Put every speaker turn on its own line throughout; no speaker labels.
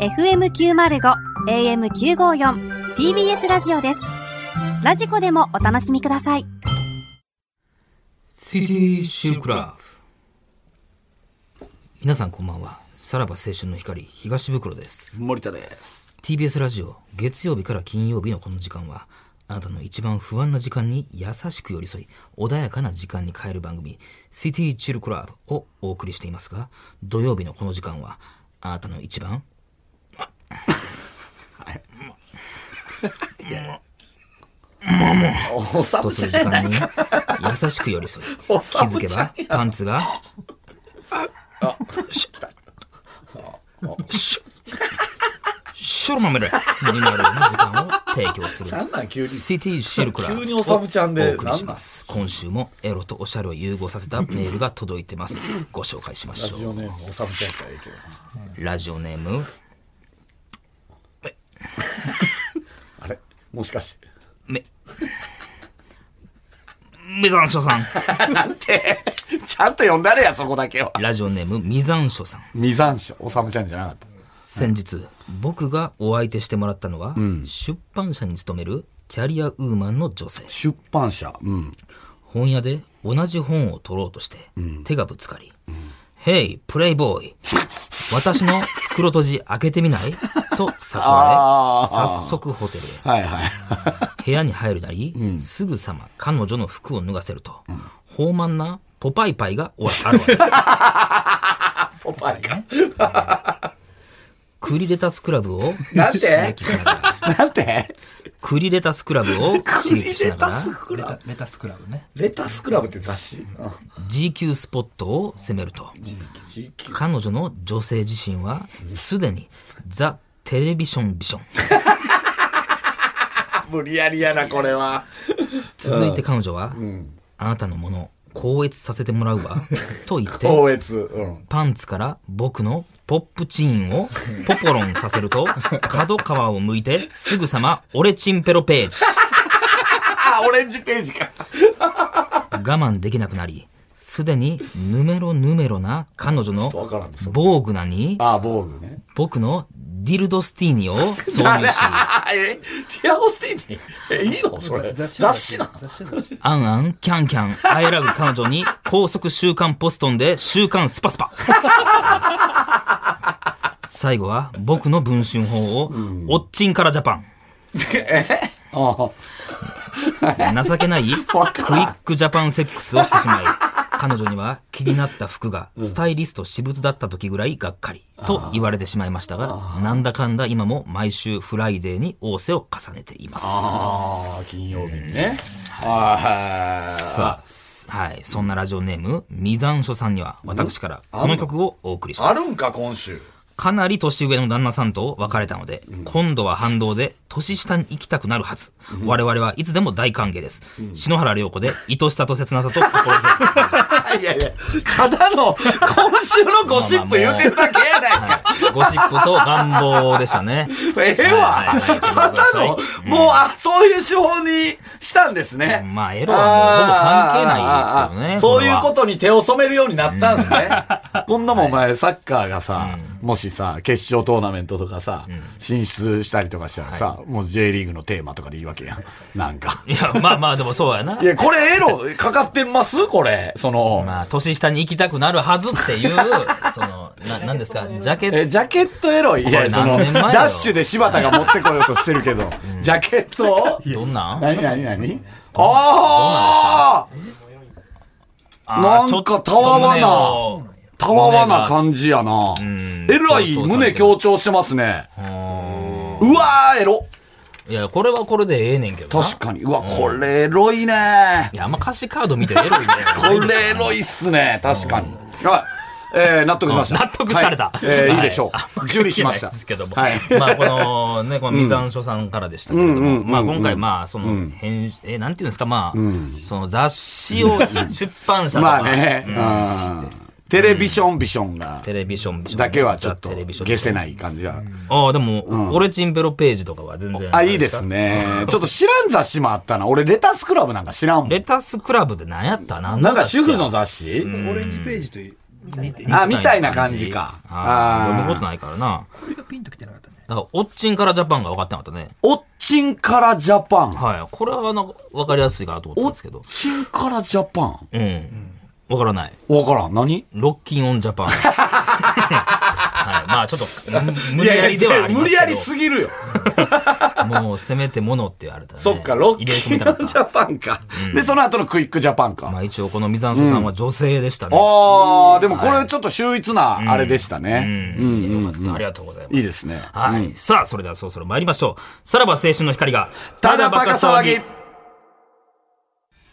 FM905 AM954 TBS ラジオですラジコでもお楽しみください
シティシルクラブ皆さんこんばんはさらば青春の光東袋です
森田です。
TBS ラジオ月曜日から金曜日のこの時間はあなたの一番不安な時間に優しく寄り添い穏やかな時間に変える番組「シティチルクラブ」をお送りしていますが土曜日のこの時間はあなたの一番
おさ
と
む
す
ちゃ
る
ん
時
やな
間に優しく寄り添い気
おさ
づ
む
け
ちゃんや
ばパンツが
あ、し来た。
シュシュルマメでになるような時間を提供する
なんなん急に。
シティシルクラ
急におさむちゃんで
お送りします今週もエロとおしゃれを融合させたメールが届いてますご紹介しま
ラ
しょ
ジ
う
オネームおさむちゃんやったらええけどな。
ラジオネーム
あれもしかして。
めミザンショさん
なんて、ちゃんと呼んだれや、そこだけは。
ラジオネームミザンショさん
未山椒、おさむちゃんじゃなかった。
先日僕がお相手してもらったのは、出版社に勤めるキャリアウーマンの女性
出版社。うん。
本屋で同じ本を取ろうとして、手がぶつかり、Hey, プレイボーイ私の袋閉じ開けてみないと誘わ
あ
れ、早速ホテルへ。
はいはい。
部屋に入るなり、すぐさま彼女の服を脱がせると、豊満なポパイパイがお現れ る。
ポパイか。
クリレタスクラブを
なんて
刺激しながら、
なんて
クリレタスクラブを刺激しな がら、
クラブ。
レタスクラブね。
レタスクラブって雑誌。うん
GQ スポットを攻めると、
GQ
彼女の女性自身はすでにザ・テレビションビショ ン
あ無理やりやな、これは。
続いて彼女は、あなたのものを光悦させてもら うわと言って
光悦。うん。
パンツから僕のポップチー ンをポポロンさせると角皮を向いてすぐさま俺チンペロページ
あ、オレンジページか。
我慢できなくなりすでにヌメロヌメロな彼女の
ち ょっとわからんです
防具なに
あ、防具ね。
僕のディルドスティーニを挿入し
あえティアゴスティーニえいいのそれ雑誌なの
雑誌雑誌。
アンアン、キャンキャン、アイラブ彼女に高速週刊ポストンで週刊スパスパ。 最後は僕の文春法を、おっちんからジャパン。
あ
情け ないクイックジャパンセックスをしてしまい、彼女には気になった服がスタイリスト私物だった時ぐらいがっかりと言われてしまいましたが、なんだかんだ今も毎週フライデーに仰せを重ねています。
あー金曜日にねはい
さあ、すはい、そんなラジオネーム、ミザンショさんには、私からこの曲をお送りします。
あるんか今週
かなり年上の旦那さんと別れたので、今度は反動で年下に行きたくなるはず。我々はいつでも大歓迎です。篠原涼子で、愛しさと切なさと心強さ。
いやいやただの今週の ゴシップ言うてるだけやないか
ゴシップと願望でしたね。
ええ
はいはい
わ
は
た
い
だのもうあそういう手法にしたんですね
まあエロはもうほぼ関係ないですけどね
あーあーあーそ
こ
ういう
れは
ことに手を染めるようになったんですね。 こんなもんお前、サッカーがさ、もしさ、決勝トーナメントとかさ、進出したりとかしたらさ、もう J リーグのテーマとかでいいわけやん。なんか。
いや、まあまあでもそうやな。
いや、これエロかかってますこれ。その、
まあ、年下に行きたくなるはずって いう、その、な、なんですか、ジャケッ
え、ジャケットエロいい
これ
や、その、
何年前よ
ダッシュで柴田が持ってこようとしてるけど、ジャケットを
ト、どんなん
何何何あ
あ
あ
ー
なんかたわわな
ちょっと胸を
ーたわわな感じやな。
ん
えらい胸強調してますね。うわー、エロ。
いや、これはこれでええねんけどな。
確かに。うわ、これエロいね
い。や、あんま歌詞カード見てエロいね。
これエロいっすね。確かに。はい。えー、納得しました。
納得された。
はいえ
は
ー、いいでしょ
あんま
う。
り
受理しまし
言えな
た。
いですけども。
はい。
まあ、このね、この未山書さんからでしたけれども、まあ、今回、まあ、その、編集、え、なんていうんですか、まあ、その雑誌を出版社と
まあ
か、
ね、うんテレビションビションが、
テレビションビション
だけはちょっと、
テレビション
消せない感じだ。
ああ、でも、俺チンベロページとかは全然。
あ、いいです。ね。ちょっと知らん雑誌もあったな。俺、レタスクラブなんか知らんもん。
レタスクラブって何やったな
なん
な
か主婦の雑誌
オレンジページという見て。
あ、みたいな感じか。
ああ。そん
あ
な
あ
ことないからな。
これがピンときてなかったね。
だから、オッチンからジャパンが分かってなかったね。
おっちんからジャパン。
はい。これはなんか分かりやすいかなと思ったん
お
で
っ
すけど。
ちんからジャパン。
うん。分からない。
わからん。何
ロッキンオンジャパン。 はい。まあ、ちょっと、む無理やりではありますけど。
無理やりすぎるよ。
もう、せめてものって言われたらね。
そっか、ロッ
入れて
キ
み
ー
たか
の
っ
ジ
た
ャパンか。で、その後のクイックジャパン
ま
か。
あ、一応、このミザンソさんは女性でしたね。
ああ、でもこれちょっと秀逸なあれでしたね。
うんよかったありがとうございます。
いいですね。
はい。さあ、それではそろそろ参りましょう。さらば青春の光が、
ただバカ騒ぎ。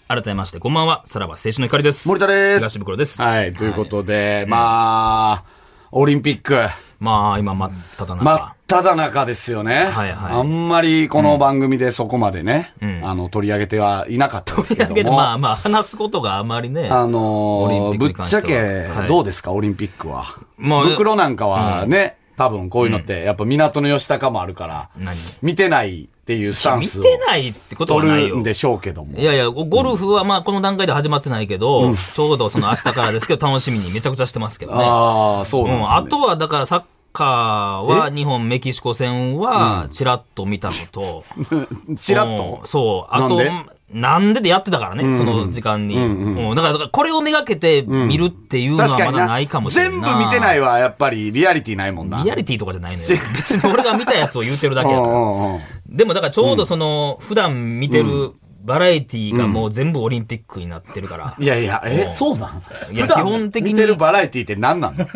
改めまして、こんばんは。さらば青春の光です。
森田です
東袋です。
はい、ということで、まあ、オリンピック、
まあ、今、真っ只中。
真っ只中ですよね。
はいはい
あんまりこの番組でそこまでね、
ん
あの、取り上げてはいなかったんですけ
だ
ど
けど、
も。
まあまあ、話すことがあまりね。
あ
オ
の
リ
ー
ンピック
ぶ
に関
っ
し
ち
て
ゃ
は
け
はい、
どうですか、オリンピックは。
まあ
袋なんかはね、多分こういうのって、やっぱ港の吉高もあるから
何、
見てないっていうスタン
見
スを
てないってことはない
取る
よ
ん。でしょうけども
い。やいや、ゴルフはまあこの段階では始まってないけど、ちょうどその明日からですけど、楽しみにめちゃくちゃしてますけどね。
ああ、そう
う
なん
ん、あ
ですね。
とはだからサッカーは日本、メキシコ戦はちらっと見たのと、
チラッと
うんそう、あと、
なん
なんででやってたからね、その時間に。うんだからだからこれをめがけて見るっていうの
確
は
か
ま
に
だ
な
ないかもしれない
全部見てないはやっぱりリアリティないもんな。
リアリティとかじゃないのよ。 別に俺が見たやつを言うてるだけやか
う
ら。
んうんうん
でもだからちょうどその、普段見てるバラエティがもう全部オリンピックになってるから。
いやいや、
う
え、
ん
そうなん
いや
普段
基本的に
見てるバラエティって何なの
い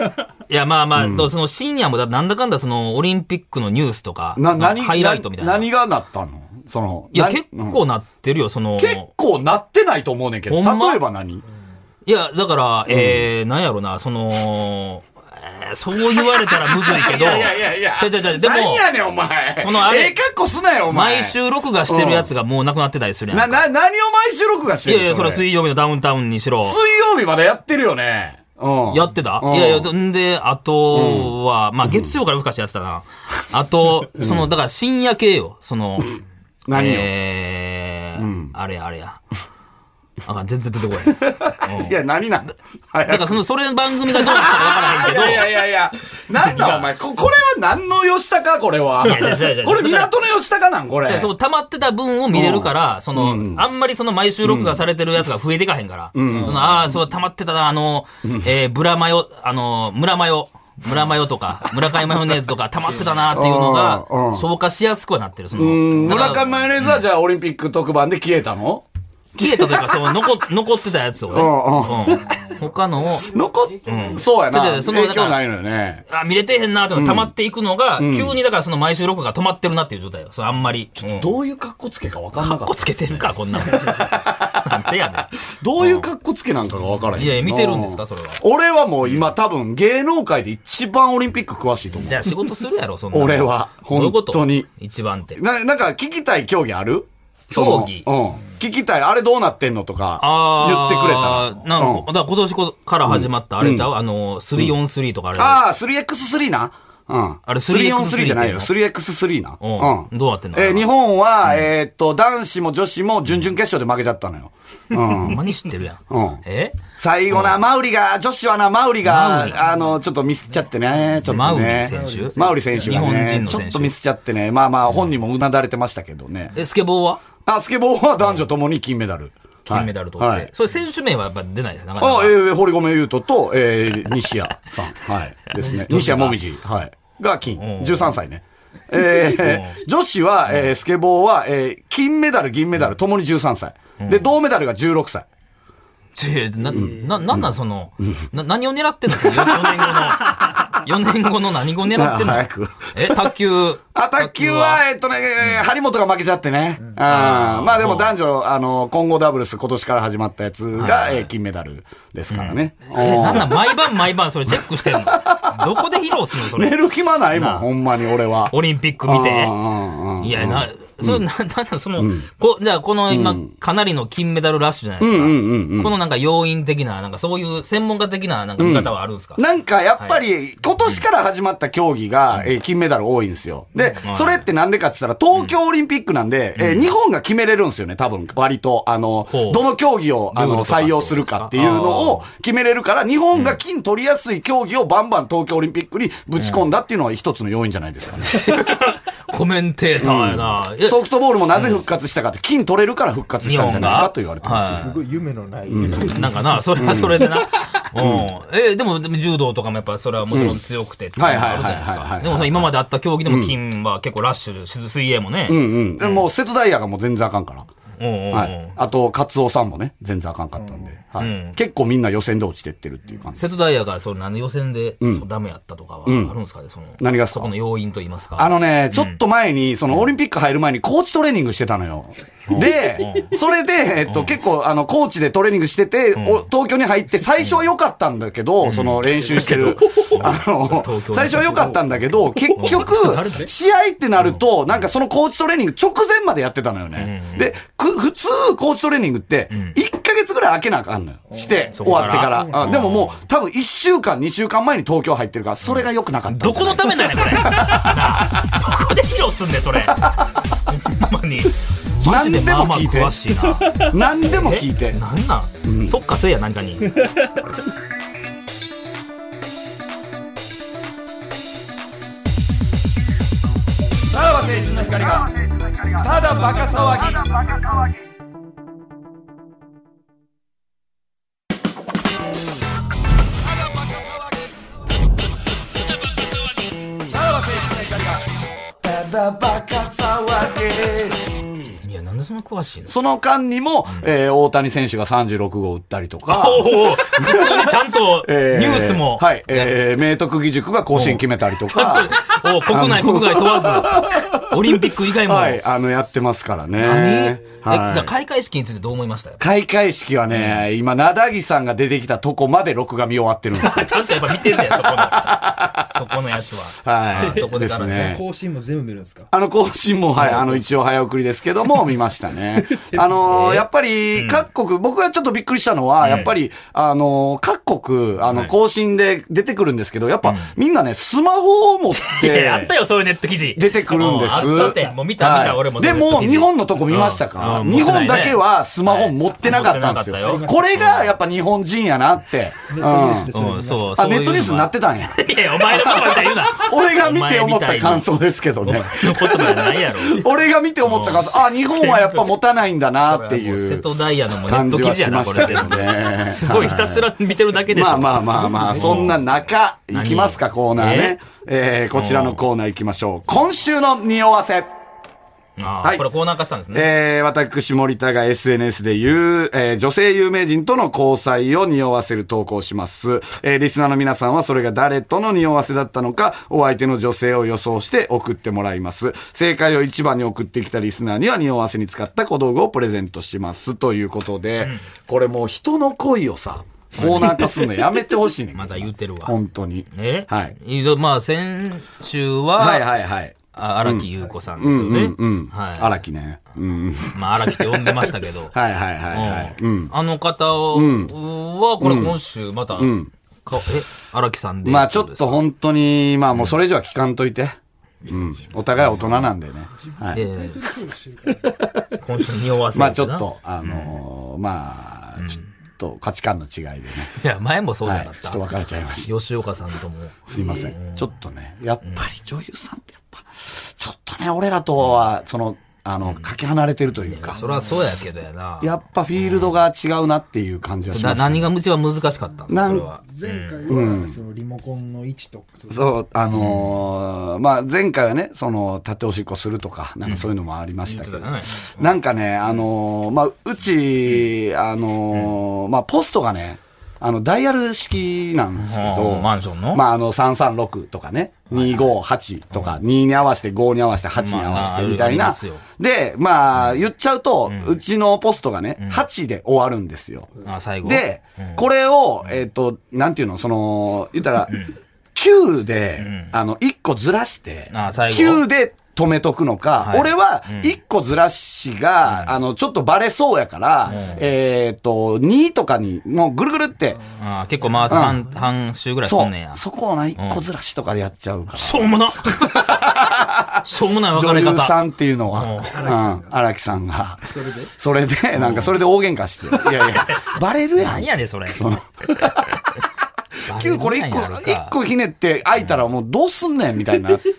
や、まあまあ、とその深夜もだ、なんだかんだその、オリンピックのニュースとか、
な、
その
何、
ハイライトみたいな。
何がなったのその、
いや、
何
結構なってるよ、その、
結構なってないと思うねんけど、
ほんま
例えば何
いや、だから、えー、なんやろな、その、えーそう言われたらむず いけど、ちゃちゃちゃ、でも、
何やねん、お前。
そのあれ
ええ格好すなよ、お前。
毎。週録画してるやつがもうなくなってたりするやん
な、
か。
な、何を毎週録画し
い
てる
やいや、それは水曜日のダウンタウンにしろ。
水曜日までやってるよね。うん。
やってた
うん
いやいや、どんで、あとは、まあ、月曜から昔やってた な。あと、その、だから深夜系よ、その、
何よ。
えー、あれやあれや。あかん、全然出てこない。うん
いや、何なんだ。はい
だからその、それ番組がどうなったかわからへんけ ど。
いやいやいやいや、なんだお前、こ、これは何の吉高これは。
やいやいやいや
これ港の吉高なんこれ。
じゃあその溜まってた分を見れるから、その、あんまりその毎週録画されてるやつが増えていかへんから、その、ああ、そう、溜まってたな、あの、えー、ブラマヨ、あの、村マヨ、村マヨと か、村上マヨネーズとか溜まってたなっていうのが
うんうん、
消化しやすくはなってる。その、
うん
だから
村上マヨネーズはじゃあオリンピック特番で消えたの
消えたというか、その、残、 残ってたやつをね、うん他のを、
残っ、そうやな。
ちょちょその
影響ないのよね。
あ、見れてへんなとか溜まっていくのが、急にだからその毎週録画が止まってるなっていう状態よ。それあんまり。うん
どういう格好つけか分かん
か
な
っ
かっ
こつけてるか、 こんなもん。なんてやね ん。
た。どういう格好つけなんかが分からへん。
いやいや、見てるんですか、それは。
俺はもう今多分芸能界で一番オリンピック詳しいと思う
じ。ゃあ仕事するやろ、その。
俺は
どういうこと
本当に。
一番って。
な、なんか聞きたい競技ある
競技
そのうん。聞きたい、あれどうなってんのとか、言
ああ。
ってくれたら。
なんか、
うん
だから今年こから始まった、あれちゃう、あの、3on3 とかあれ。
ああ、3x3 な。うん。
あれ 3x3
3on3 じゃないよ。
って
3x3 な。
うんどうなってんの
えー日本は、えーっと、男子も女子も準々決勝で負けちゃったのよ。うん。
ほんまに知ってるやん。
うん
え
最後な、マウリが、女子はな、マウリ
マウリ
が、あの、ちょっとミスっちゃってね、ちょっ
マ
と
ウリ
ね。
選手
マウリ選手が
日本人
ね
の、選
ちょ
手
っとミスっちゃってね。まあまあ、本人もうなだれてましたけどね。
え、スケボーは
あ、スケボーは男女ともに金メダル。はい
金メダル取って。
はい
それ選手名はやっぱ出ないですよ、なかな
あ、
か
えー、堀米雄斗と、えー、西谷さ ん。はい。ですね。西谷もみじ。はい。が金。13歳ね。えー、女子は、えー、スケボーは、えー、金メダル、銀メダル、ともに13歳。で、銅メダルが16歳。
ちな、な、なんなんその、な、何を狙ってん の ?4 年後の。4年後の何を狙ってんの
早く。
え、卓球。
あ、卓球は、えっとね、張本が負けちゃってね。あーまあでも男女、あの、混合ダブルス今年から始まったやつが、えー金メダルですからね。
え、
お
な
ー
んなん毎晩毎晩それチェックしてんのどこで披露すんのそれ
寝。る暇ないもん、ほんまに俺は。
オリンピック見て
うんうんうん。
いや、な、それ、な、なんだ、その、こ、じゃあ、この今、かなりの金メダルラッシュじゃないですか。
うんうんうん
このなんか要因的な、なんかそういう専門家的な、なんか見方はあるんですか、
なんかやっぱり、今年から始まった競技が、えー金メダル多いんですよ。で
う、ん
それってなんでかって言ったら、東京オリンピックなんで、えー日本が決めれるんですよね、多分、割と。あの
ほ、う
どの競技を、あ
ルー
の、
ルとか
採用するかっていうのを決めれるから、日本が金取りやすい競技をバンバン東京オリンピックにぶち込んだっていうのは一つの要因じゃないですかね。
コメンテーターやな。え
ソフトボールもなぜ復活したかって、金取れるから復活したんじゃないかと言われてます。
はい
すごい夢のない。
なんかな、それはそれでな。うん、えでも、でも柔道とかもやっぱそれはもちろん強くてっていうのがあるじゃないです
はいはいはいはいは
か。
い
でもその今まであった競技でも金は結構ラッシュ、し水泳もね。うん
うんうん。でも、瀬戸大也がもう全然あかんから。
うんうん
はい。あと、カツオさんもね、全然あかんかったんで。は
う
い。結構みんな予選で落ちてってるっていう感じ。
瀬戸大也がそのあの予選でそのダメやったとかはあるんですかね、その
何がっすか
そこの要因と言いますか。
あのね、ちょっと前に、そのオリンピック入る前にコーチトレーニングしてたのよ。で、それで、えっと、結構、あの、コーチでトレーニングしてて、お東京に入って、最初は良かったんだけど、その練習してる。あ の
東、京
最初は良かったんだけど、結局
うん誰、だ
試合ってなると、なんかそのコーチトレーニング直前までやってたのよね。で、く普通、コーチトレーニングって、1ヶ月ぐらい空けなあかんのよ。して、
そ
終
こか
わ
ら
ってから。あでももう、多分1週間、2週間前に東京入ってるから、それが良くなかったんじゃな
ど
い。
このためだねんこれなあどこで披露すんねんそれほんまにマジでまあまあ詳しいな
何でも聞い
え
て。
なんなん、特化せいや何かに
さらば青春の光がただバカ騒ぎ
いやなんでそんな詳しいの
その間にも、えー大谷選手が36号打ったりとか、
おお普通にちゃんとニ
え
ュースも、
はい、えー明徳義塾が甲子園決めたりとか、
お国内国外問わずオリンピック以外も、
はい、あの、やってますから
何
ね。
えじゃあ
はい。
開会式についてどう思いました
開会式はね、今、なだぎさんが出てきたとこまで録画見終わってる んですよ。
ちゃんとやっぱ見てんだよそこのそこのやつは
はい。
そこで
で
だ
す
からね
ね。
更新も全部見るんですか
あの、更新も、はい、あの、一応早送りですけども、見まし たね。あのー、やっぱり、各国、僕がちょっとびっくりしたのは、やっぱり、あのー、各国、あの、更新で出てくるんですけど、やっぱ、みんなね、スマホを持っ
い やいやあってた、よ、そういうネット記事。
出てくるんです。
もうあったって、もう見た、
はい
見た、俺も。
でも、日本のとこ見ました
う
か
んうん
日本だけはスマホ
持
持
っ
ってて
な
ない
ね
かったんです
はい持ってな。
よこれが、やっぱ日本人やなって。うん。あ、
う
でそれ見
ん、
ました
そう、
ネットニュースになってたんや。
た。いやいや、お前のことみたいに言うな。
俺が見て思った感想ですけど
お前
ね。
のことじゃないやろ。
俺が見て思った感想、あ、日本はやっぱ持たないんだなって い
もう瀬
う
戸大也のもうネ
感
ット
じ
記
は
事や
し
な、
ま
こ
し
れ
た
で
けど
も。
ね。
すごい、ひたすら見てるだけでしょ。
まあまあまあまあ、そんな中、いきますか、コーナーね。えーこちらのコーナーいきましょう。今週の匂わせ。
あ
は
あ。
い
これコーナー化したんですね。
えー私、森田が SNS で言う、えー女性有名人との交際を匂わせる投稿をします。えーリスナーの皆さんはそれが誰との匂わせだったのか、お相手の女性を予想して送ってもらいます。正解を一番に送ってきたリスナーには匂わせに使った小道具をプレゼントします。ということで、これもう人の恋 をさ、コーナー化するのやめてほしいねんけど
まだ言うてるわ。
本当に。
え
はい。
いやまあ、先週
はい
は、
はいはい。
あ荒木優子さんですよね。
うん。
は
荒木ね。うん。
い。まあ、荒木って呼んでましたけど。
はいはいはいはい。うん。
あの方をは、これ今週また、かえ、荒木さんで。
まあちょっ
です
と
か。
本当に、まあもうそれ以上は聞かんといて。うん。お互い大人なんでね。は
え
い。
え今週匂わせ
まあ
で
ち
す
ょ
な
っ。と、あのー、まあ、ちょっと価値観の違いでね。
いや、前もそうじゃ
は
ないかっ。
ちょ
た。
っと別れちゃいました。
吉岡さんとも。
すいません。ちょっとね、やっぱり女優さんってやっぱ、ちょっとね、俺らとは、その、あの、かけ離れてるというか、
そりゃそうやけどやな。
やっぱフィールドが違うなっていう感じはし
な
ますね。
何が無知は難しかったんですか
なん
それは。
前回は、そのリモコンの位置と、その
そう、あのーまあ、前回はね、その、立っておしっこするとか、なんかそういうのもありましたけ
言
ど、
ってたね
なんかね、あのーまあ、うち、あのーまあ、ポストがね、あの、ダイヤル式なんですけ
う
ど、
んマンションの
まあ、あの、336とかね、258とか、2に合わせて、5に合わせて、8に合わせて、みたい
まああり
な
ますよ。
で、まあ、言っちゃうと、うちのポストがね、8で終わるんですよ。
あ、最後。
で、これを、えっ、と、なんていうの、その、言ったら、9で、あの、1個ずらして、
あ最後
9で、止めとくのか、
はい
俺は一個ずらしが、あの、ちょっとバレそうやから、えっ、と、2とかに、もうぐるぐるって、
あー結構回す半、半周ぐらい
そ
す
うん
ねんや。、
そこをな、一個ずらしとかでやっちゃうから。
しょうもなしょうもない別
女
れ
優
方。
さんっていうの
うん
は、うん、荒木さんが、
それで
それで、なんかそれで大喧嘩して、い やいや、バレるや
なんん。やねんそれ。
急これ一個、一個ひねって開いたらもうどうすんねんみたいになって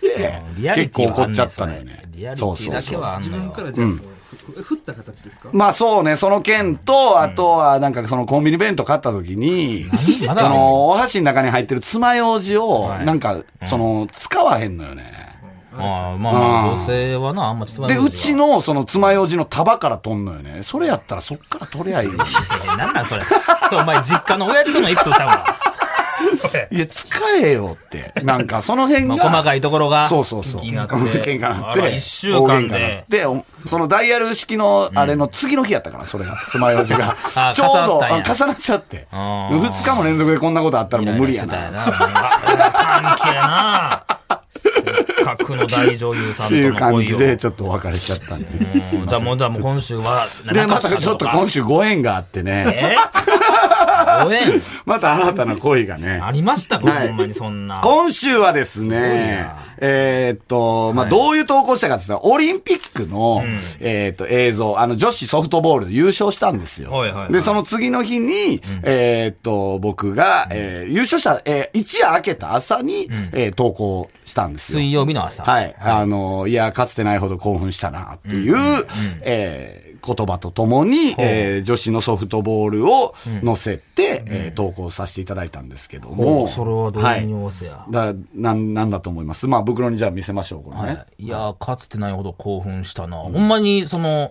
うん リア、リ
結
ティ
構
はあ
怒
んね
っ
ん
ちゃったのよね
それリア。リテ
そうそ
ィ
う
だけ
そう。
はあん
自
の
分
よ
か。らじゃあこう、ふ降った形ですか
まあそうね、その件と、あとはなんかそのコンビニ弁当買った時に、
何
そ
まだあんの
のお箸の中に入ってる爪楊枝を、
はい
なんかその使わへんのよね。
ああ、まあまあ、
うん
女性はな、あんまちょっと
で、うち。のその爪楊枝の束から取んのよね。それやったらそっから取 りゃいい。
いやなんなんそれ。お前、実家の親父とのエピソードちゃうわ。それ。
いや、使えよって。なんかその辺
ま
が。
あ、細かいところが。
そうそうそう。
気になって。
喧嘩なっ
あら
て。
一週間
大喧嘩なっ
で。
ておそのダイヤル式の、あれの次の日やったから、それが、爪楊枝が
あ。
ちょう
重な
ど、
ったん
あ
や
重なっちゃって。
あ
二
ー
日も連続でこんなことあったらもう無理や
イライ
な。
ラしてたよな。関係な。せっかくの大女優さ
っ
んと
ていう
の
感
恋
じ
を。
で、ちょっとお別れしちゃったんで。
うんじゃあもう、じゃあもう今週は。
で、またちょっと今
週。
週ご縁があってね、
えご縁
また新たな恋がね。
ありましたか
はい
ほんまにそんな。
今週はですね、えーっと、まあ、どういう投稿したかって言ったら、オリンピックの、えーっと、映像、あの、女子ソフトボールで優勝したんですよ。
はいはいはい
で、その次の日に、えーっと、僕が、えー優勝した、えー一夜明けた朝に、えー投稿したんですよ。
水曜日の朝。
はい。あの、いや、かつてないほど興奮したな、っていう、えー言葉とともに、えー女子のソフトボールを載せて、えー投稿させていただいたんですけども。
それはどう
は
いう
い
に合わせや。
だなんなんだと思いますまあ袋にじゃあ見せましょうこれね、
いやー、かつてないほど興奮したな。ほんまに、その、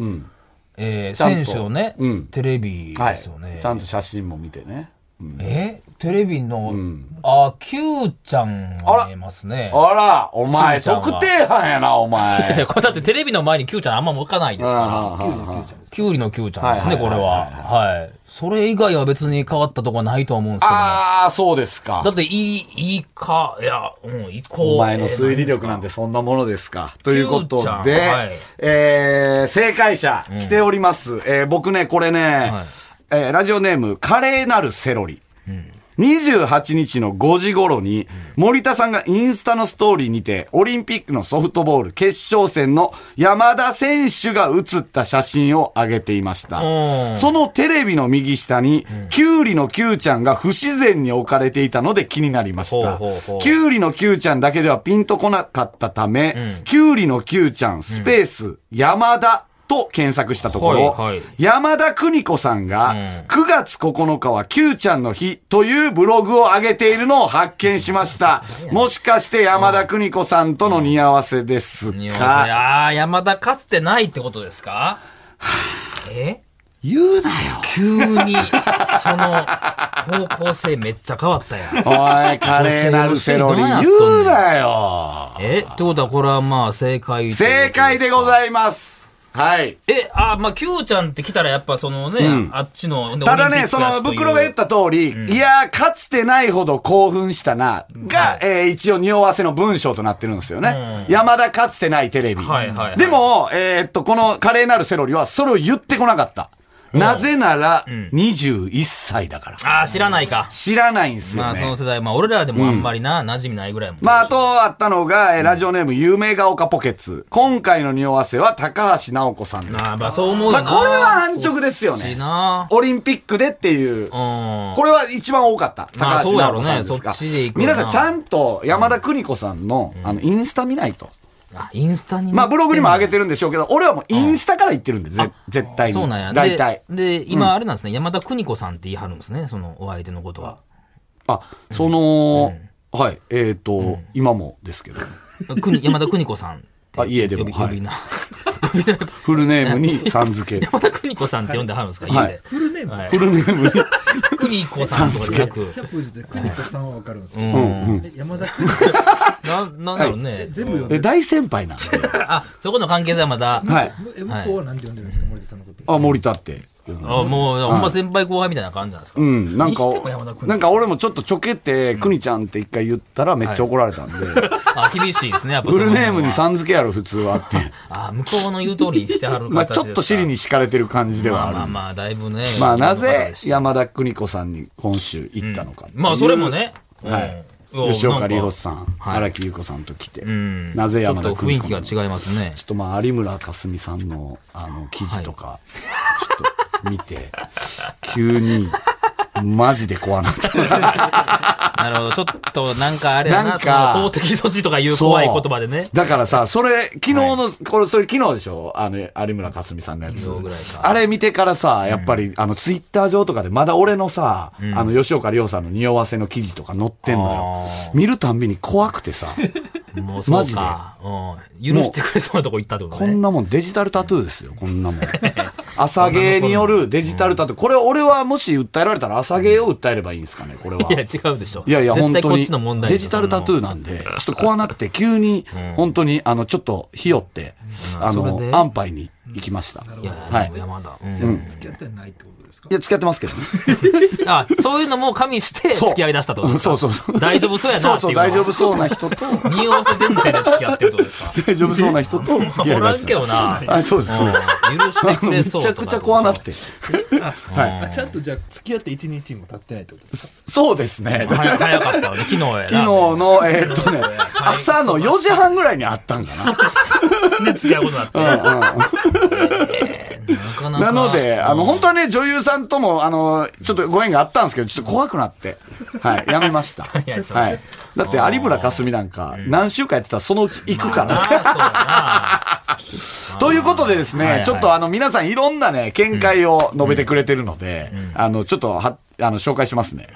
えー
ちゃ
選
んと
手のね
うん、
テレビ
は
ですよね
い、。ちゃんと写真も見てね
えテレビの、あ、Q ちゃんが見えますね。
あらお前
ちゃんは
特定班やな
い
お
や
前
これだってテレビの前に Q ちゃんあんま置かないですか
あ
ら。キュウリの Q ちゃんですね、
は
こ
い
れ
はい
は。はい。それ以外は別に変わったとこはないとは思うんですけども。
あーそうですか
だって、いい、いいか、いや、うん、いいこ
お前の推理力なんてそんなものですか。ということで、
はい
えー、正解者、来ております。えー、僕ね、これね、
はい
えーラジオネーム、華麗なるセロリ。28日の5時頃に、森田さんがインスタのストーリーにて、オリンピックのソフトボール決勝戦の山田選手が写った写真を上げていました。
うん
そのテレビの右下に、キュウリのキュウちゃんが不自然に置かれていたので気になりました。
ほうほうほう
キュウリのキュウちゃんだけではピンとこなかったため、キュウリのキュウちゃんスペース、山田と検索したところ、
はいはい
山田邦子さんが、9月9日はキュウちゃんの日というブログを上げているのを発見しました。もしかして山田邦子さんとの似合わせです
匂わせ
か
ああ、山田かつてないってことですかえ
言うなよ。
急に、その、方向性めっちゃ変わったやん。
おい、華麗なるセロリ、言うなよ。
えってことは、これはまあ、正解。
正解でご
い
ざいます。はい。
え、あ、まあ、Q ちゃんって来たら、やっぱそのね、あっちの、
ただね、その、袋が言った通り、いやー、かつてないほど興奮したな、が、えー一応、匂わせの文章となってるんですよね。山田かつてないテレビ。
はいはいはい
でも、えーっと、この華麗なるセロリは、それを言ってこなかった。なぜなら、21歳だから。
ああー、知らないか。
知らないんす
ま
よ
あ、その
ね。
世代、まあ、俺らでもあんまりな、馴染みないぐらいやもん。
まあ、あとあったのが、えーラジオネーム、有名が丘ポケツ。今回の匂わせは、高橋直子さんです。
まあ、まあ、そう思う
ま
よな。
あ、これは安直ですよ
そうし
ね。
な。
オリンピックでっていう
う。ん。
これは一番多かった。
まあ
高橋直子さんです
そうやろね
が
そっちで行くよな
皆さんちゃんと山田邦子さんの、あの、インスタ見ないと。
あ、インスタにね。
まあ、ブログにも上げてるんでしょうけど、俺はもうインスタから言ってるんで、ぜ絶対に。
そうなんや。で
大体。
で、今あれなんですね、山田邦子さんって言い張るんですね、そのお相手のことは。
あ、その、はい、えっと、今もですけど、
邦山田邦子さんって。
あ家でも
呼び
はい
呼び名
フルネームにさん付 け。
山田邦子さんって呼んではるんですか、
は
家
い
で。
フルネーム
はい
フルネ ームに。
邦子さんとかじゃなく。
キャップで国田さんはわかるんです
う
よ
ん。
え山田
な、なんだろうね。
全部読んで
え、大先輩なんで。
あ、そこの関係性はまだ。
はい。
え向こうはなんて呼んでるんですか森田さんのこと
あ、森田って。
あもう、ほんま先輩後輩みたいな感じなんですか。
うん、なんか
にしても山田、君
なんか俺もちょっとちょけて、くにちゃんって一回言ったらめっちゃ怒られたんで、
あ厳しいですね、やっぱ
フ
その
ル
辺は
ネームにさん付けやろ、普通はっていう。
あ向こうの言う通りにしてはる形ですか
まあ、ちょっと尻に敷かれてる感じで
ま
は
あ
ある。
まあまあ、だいぶね。
まあ、なぜ
いや
山田邦子さんに今週行ったのか、
まあ、それも。ね。
はい
うん
吉岡里帆
なんか
さん、
はい
荒木優子さんと来て、
うん。
なぜ山
ちょ
田
っと雰
邦
囲
子なの
気が違いますね
ちょ。っとまあ有村架純さんのあの記事と か、ちょっと見て、急に、マジで怖なった。
なるほど。ちょっと、なんかあれや
な
な、
んか
その法的措置とかいう
そう
怖い言葉でね。
だからさ、それ、昨日の、これ、それ昨日でしょあの、有村架純さんのやつ
昨日ぐらい。か
あれ見てからさ、やっぱり、あの、ツイッター上とかで、まだ俺のさ、あの、吉岡里帆さんの匂わせの記事とか載ってんのよ。見るたんびに怖くてさ、
もうそう
マジ
か。うん。許してくれそうなとこ行ったってこと
こん
ね。
なもんデジタルタトゥーですよ、こん なもん。朝芸によるデジタルタトゥー。これ俺はもし訴えられたら朝芸を訴えればいいんですかね、これ
い
は。
や、違うでしょ。
いやいや、
絶
本
対
当
こっ
に
ちの問。題
デジタルタトゥーなんで、ちょっと怖なって、急に、本当に、あの、ちょっと、ひよって、あ
それ
の、
で
安牌に行きました。
いや、
はい
でも山田。うん
付き合ってないってことですか
いや、付き合ってますけどね。
あ、そういうのも加味して
そう
付き合い出したってことです
そ
か
うそうそう。
大丈夫そうや
そ
な
う
って
そ、
いううのは。
大丈夫そう な人と、
匂わせ前提で付き合ってるってことですか
大丈夫そうな人と付き合
お
い
ら
だ
ん
し
け
た。
どな。
あ、そうです、そうです。
うん許してく
め
れそう
ちゃくちゃ怖なって。はい。
あちゃんとじゃあ付き合って1日も経ってないってことですか
そうですね。
早早かったわね昨日やな
昨日の、えーっとね、朝の4時半ぐらいにあったんか
ね付き合うことになって、
な。うんうん
なかなか
なので、あの、本当はね、女優さんとも、あの、ちょっとご縁があったんですけど、ちょっと怖くなって、はい、やめました。はい
やそれ
い。だって、有村架純なんか、何週間やってたらそのうち行くか
あ
な。ということでですね、
はいはい
ちょっとあの、皆さんいろんなね、見解を述べてくれてるので、あの、ちょっとは、あの、紹介しますね。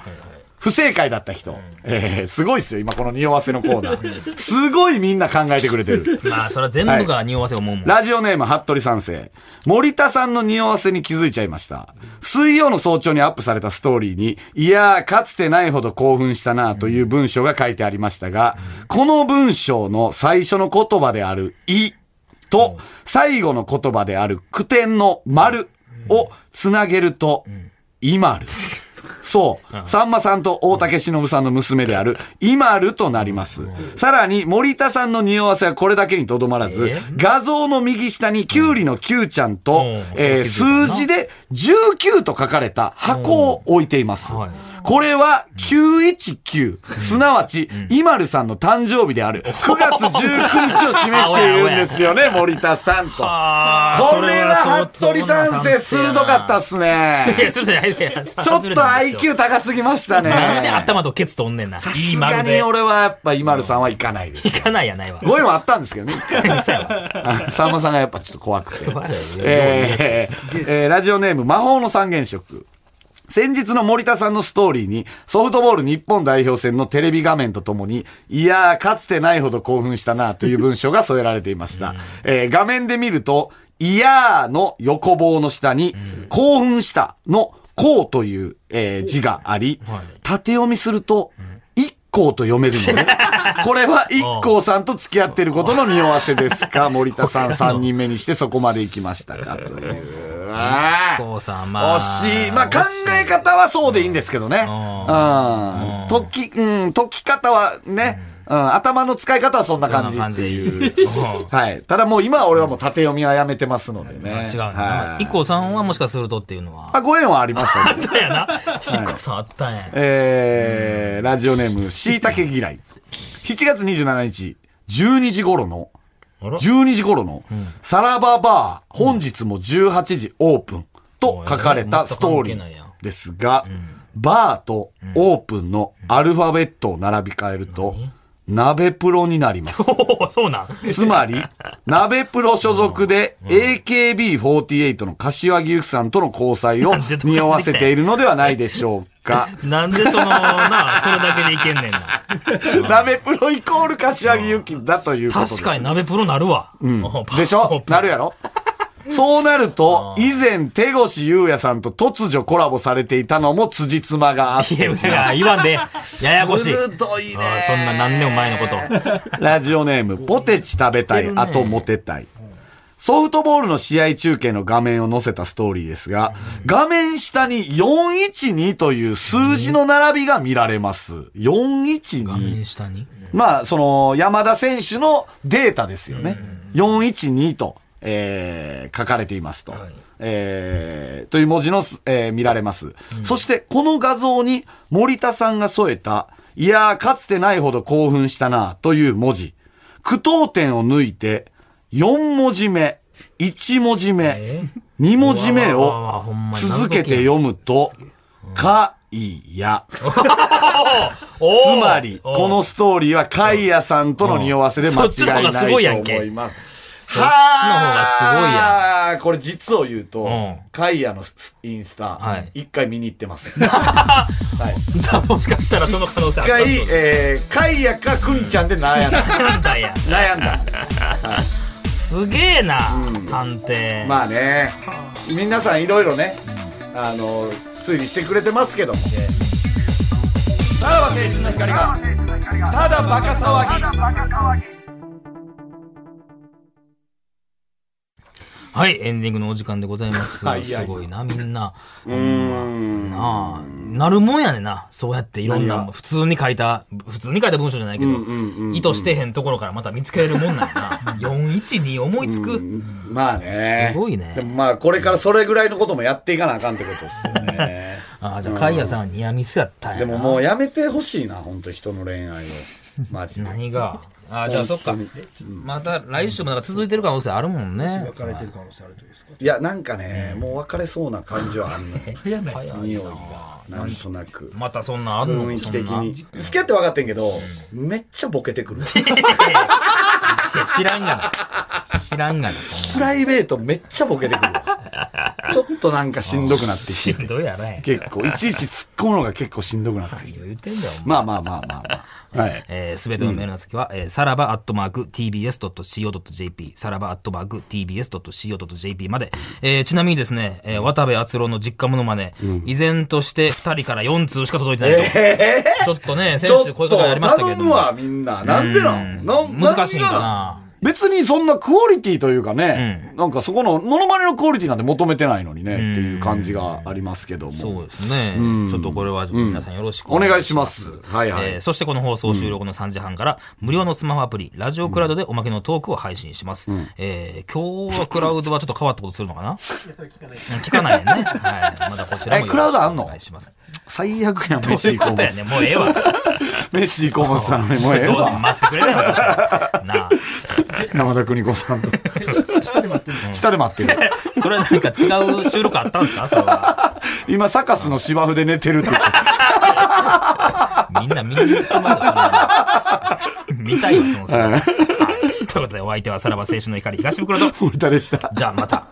不正解だった人。えーすごいっすよ、今この匂わせのコーナー。すごいみんな考えてくれてる。
まあそれは全部が匂わせ思うもん、
ラジオネーム、服部三世。森田さんの匂わせに気づいちゃいました。水曜の早朝にアップされたストーリーに、いやー、かつてないほど興奮したなという文章が書いてありましたが、この文章の最初の言葉である、いと、最後の言葉である、句点の丸をつなげると、いまる。そう。さんまさんと大竹しのぶさんの娘である、イマルとなります。さらに、森田さんの匂わせはこれだけにとどまらず
え、
画像の右下に、キュウリのキュウちゃん
う
と
ん、
えー数字で19と書かれた箱を置いています
うんはい。
これは、919、すなわち、イマルさんの誕生日である、9月19日を示しているんですよね、森田さんと。
あー
これは、
そ
服
れ
部
は相当な
三世、鋭かったっすね
い。やするじゃないで
ちょっと IQ 高すぎましたね。
なんで頭とケツとおんねんな
さ
いい
すが
丸
に
で
俺はやっぱ、イマルさんはいかないです。
いかないやないわ
ご縁はあったんですけどね。
嘘やわ
さんまさんがやっぱちょっと怖くて。
怖いよ
えーえーラジオネーム、魔法の三原色。先日の森田さんのストーリーに、ソフトボール日本代表戦のテレビ画面とともに、いやー、かつてないほど興奮したな、という文章が添えられていました。えー画面で見ると、いやーの横棒の下に、興奮したの、こうという、えー字があり、縦読みすると、一行と読めるので、これは一行さんと付き合ってることの匂わせですか、森田 さん3人目にしてそこまで行きましたか、という。あー
こうさんまあ
惜しい。まあ、考え方はそうでいいんですけどね。うん。解き、うん、解き方はね、うん、頭の使い方はそんな感じっていう。はい。ただもう今は俺はもう縦読みはやめてますのでね。
違うな
はい。
一 k さんはもしかするとっていうのは
あ、ご縁はありました ね。
あったやな一 k さんあったんや
えー、ラジオネーム、しいたけ嫌い。7月27日、12時頃の、
あら
12時頃の、サラババー、本日も18時オープンと書かれたストーリーですが、バーとオープンのアルファベットを並び替えると、鍋プロになり ます。
おおそうなん
つまり、鍋プロ所属で AKB48 の柏木由紀さんとの交際を
なんで
匂わせているのではないでしょう か。
なんでそのなそれだけでいけんねんな
鍋プロイコール柏木由紀だということです。
確かに鍋プロなるわ。うん
でしょなるやろそうなると、以前、手越優也さんと突如コラボされていたのも辻褄があっ
いや、
て。
だから言わんで、ややこしい。あ
鋭いね
ーそんな何年も前のこと。
ラジオネーム、ポテチ食べたい、あとモテたい。ソフトボールの試合中継の画面を載せたストーリーですが、画面下に412という数字の並びが見られます。412。
下に。
まあ、その、山田選手のデータですよね。412と、えー書かれていますと。えーという文字の、えー見られます。そして、この画像に森田さんが添えた、いやー、かつてないほど興奮したな、という文字。句読点を抜いて、4文字目、1文字目、2文字目
うわうわうわ
を
ほんまに
続けて読むと、かいや。
お
つ
ー
まり、
おー
このストーリーは、カイヤさんとの匂わせで間違いないと思い
そっちの
ます。
方がすごいやん。
はあこれ実を言うと、
ん
カイヤのインスタ
はい、
一、回見に行ってます。はい
もしかしたら その可能性あ
一
った
回
んですよ、
えー、カイヤかクニちゃんで 悩んだ。
なんだや。
悩んだ。
すげえな、判定。
まあね、皆さんいろいろね、あの、推理してくれてますけども。さらば青春の光が、ただバカ騒ぎ。
はい、エンディングのお時間でございます。
はい
すごいな、みんな。
うーん。
なあ、なるもんやねんな。そうやっていろん
何
な、
が
普通に書いた、普通に書いた文章じゃないけど、意図してへんところからまた見つけるもんなんやな。412思いつく。
まあね。
すごいね
でもまあ、これからそれぐらいのこともやっていかなあかんってことですよ ね。
ああ、じゃあ、カイヤさんはニアミスやったんやな。
でももうやめてほしいな、本当人の恋愛を。マジで。
何が。あ あ、じゃあそっか。また来週もなんか続いてる可能性あるもんね。
分かれてる可能性あるというですか
いや、なんかね、もう別れそうな感じはあ んの。
早ないです
匂いが、なんとなく。
またそんなんあんの
雰囲気的
そんな
に。付き合って分かってんけど、めっちゃボケてくる。
いや知らんがな。知らんがな、そ
プライベートめっちゃボケてく るわ。ちょっとなんかしんどくなってき
んな。
て。
どうやらへん。
結構、いちいち突っ込むのが結構しんどくなってきて。
言ってんだよ、お前。
まあまあまあまあ まあ。はい。
えー、すべてのメールの先は、えーさらばアットマーク tbs.co.jp、さらばアットマーク tbs.co.jp まで、えーちなみにですね、えー渡部篤郎の実家ものまね、依然として2人から4通しか届いてないと。ちょっとね、
ち
先
ょ
週
っ
こういう
と
ことやりましたけ
頼
れど
む
も。
わ、みんな。なんでなんなん
難しいんか。
なんでん
な。
別にそんなクオリティというかね、なんかそこの、モノマネのクオリティなんて求めてないのにね、っていう感じがありますけど
そう
も。
ですね。ちょっとこれは皆さんよろしく
お願いします。はいは
えー
い。
そしてこの放送終了後の3時半から、無料のスマホアプリ、ラジオクラウドでおまけのトークを配信します。えー今日はクラウドはちょっと変わったことするの かな聞かないよね。はい。まだこちらもよろしく
えクラウドあんの
お願いします。
最悪やん、メッ
そう
シ
いう
ーコ
こ
モ
とやね。もうええわ。
メッシーコモさんのもうええ
どうでも
わ。
待ってくれないわ。なあ。
山田邦子さ んと。下で待ってる。
それはなんか違う収録あったんですかそれは。
今、サカスの芝生で寝てるって言って
みんな見に行くまで見たいわ、その姿。はいという ことで、お相手はさらば青春の怒り東袋と、
森田でした。
じゃあまた。